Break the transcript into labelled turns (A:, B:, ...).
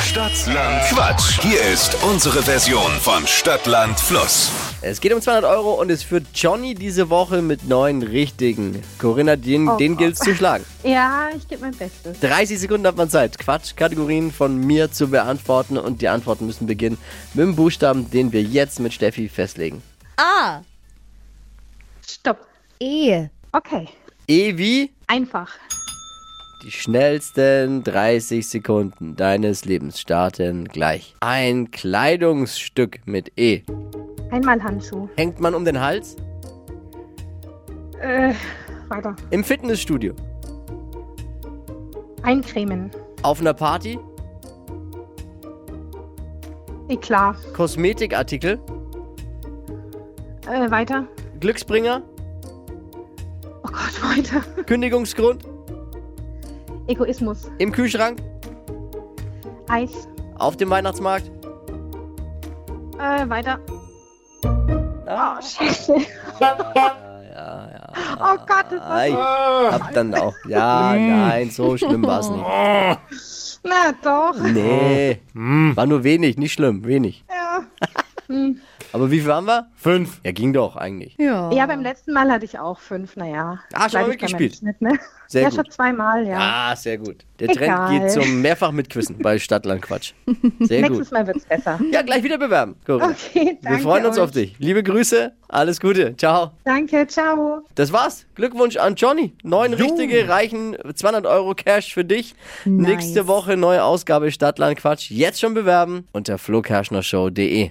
A: Stadtland Quatsch. Hier ist unsere Version von Stadtland Fluss.
B: Es geht um 200 Euro und es führt Johnny diese Woche mit neun richtigen. Corinna, den,
C: Oh
B: den
C: Gott.
B: gilt es zu schlagen.
C: Ja, ich gebe mein Bestes.
B: 30 Sekunden hat man Zeit, Quatschkategorien von mir zu beantworten und die Antworten müssen beginnen mit dem Buchstaben, den wir jetzt mit Steffi festlegen.
D: A.
C: Stopp.
D: E.
C: Okay.
B: E wie
C: Einfach.
B: die schnellsten 30 Sekunden deines Lebens starten gleich. Ein Kleidungsstück mit E.
C: Einmal Handschuh.
B: Hängt man um den Hals?
C: Äh, weiter.
B: Im Fitnessstudio?
C: Eincremen.
B: Auf einer Party?
C: Eklat.
B: Kosmetikartikel?
C: Äh, weiter.
B: Glücksbringer?
C: Oh Gott, weiter.
B: Kündigungsgrund?
C: Egoismus.
B: Im Kühlschrank?
C: Eis.
B: Auf dem Weihnachtsmarkt?
C: Äh, weiter.
B: Ah.
C: Oh, Scheiße. Oh Gott, das war
B: Ei, hab dann auch. Ja, nein, so schlimm war es nicht.
C: Na doch.
B: Ah. Nee, war nur wenig, nicht schlimm, wenig.
C: Ja. Mm.
B: Aber wie viel haben wir?
E: Fünf.
B: Ja, ging doch eigentlich.
D: Ja.
C: ja, beim letzten Mal hatte ich auch fünf. Naja.
B: Ah, schon mal
C: Bleib ich bei meinem
B: mitgespielt.
C: Schnitt, ne?
B: Sehr
C: ja,
B: gut.
C: schon zweimal, ja.
B: Ah, sehr gut. Der Trend
C: Egal.
B: geht zum mehrfach mitquissen bei Stadtlandquatsch. Sehr
C: Nächstes
B: gut.
C: Mal wird's besser.
B: Ja, gleich wieder bewerben. Corinna.
C: Okay, danke.
B: Wir freuen uns
C: euch.
B: auf dich. Liebe Grüße, alles Gute, ciao.
C: Danke, ciao.
B: Das war's. Glückwunsch an Johnny. Neun richtige reichen 200 Euro Cash für dich. Nächste Woche neue Ausgabe Stadtlandquatsch. Jetzt schon bewerben unter flokerschnershow.de.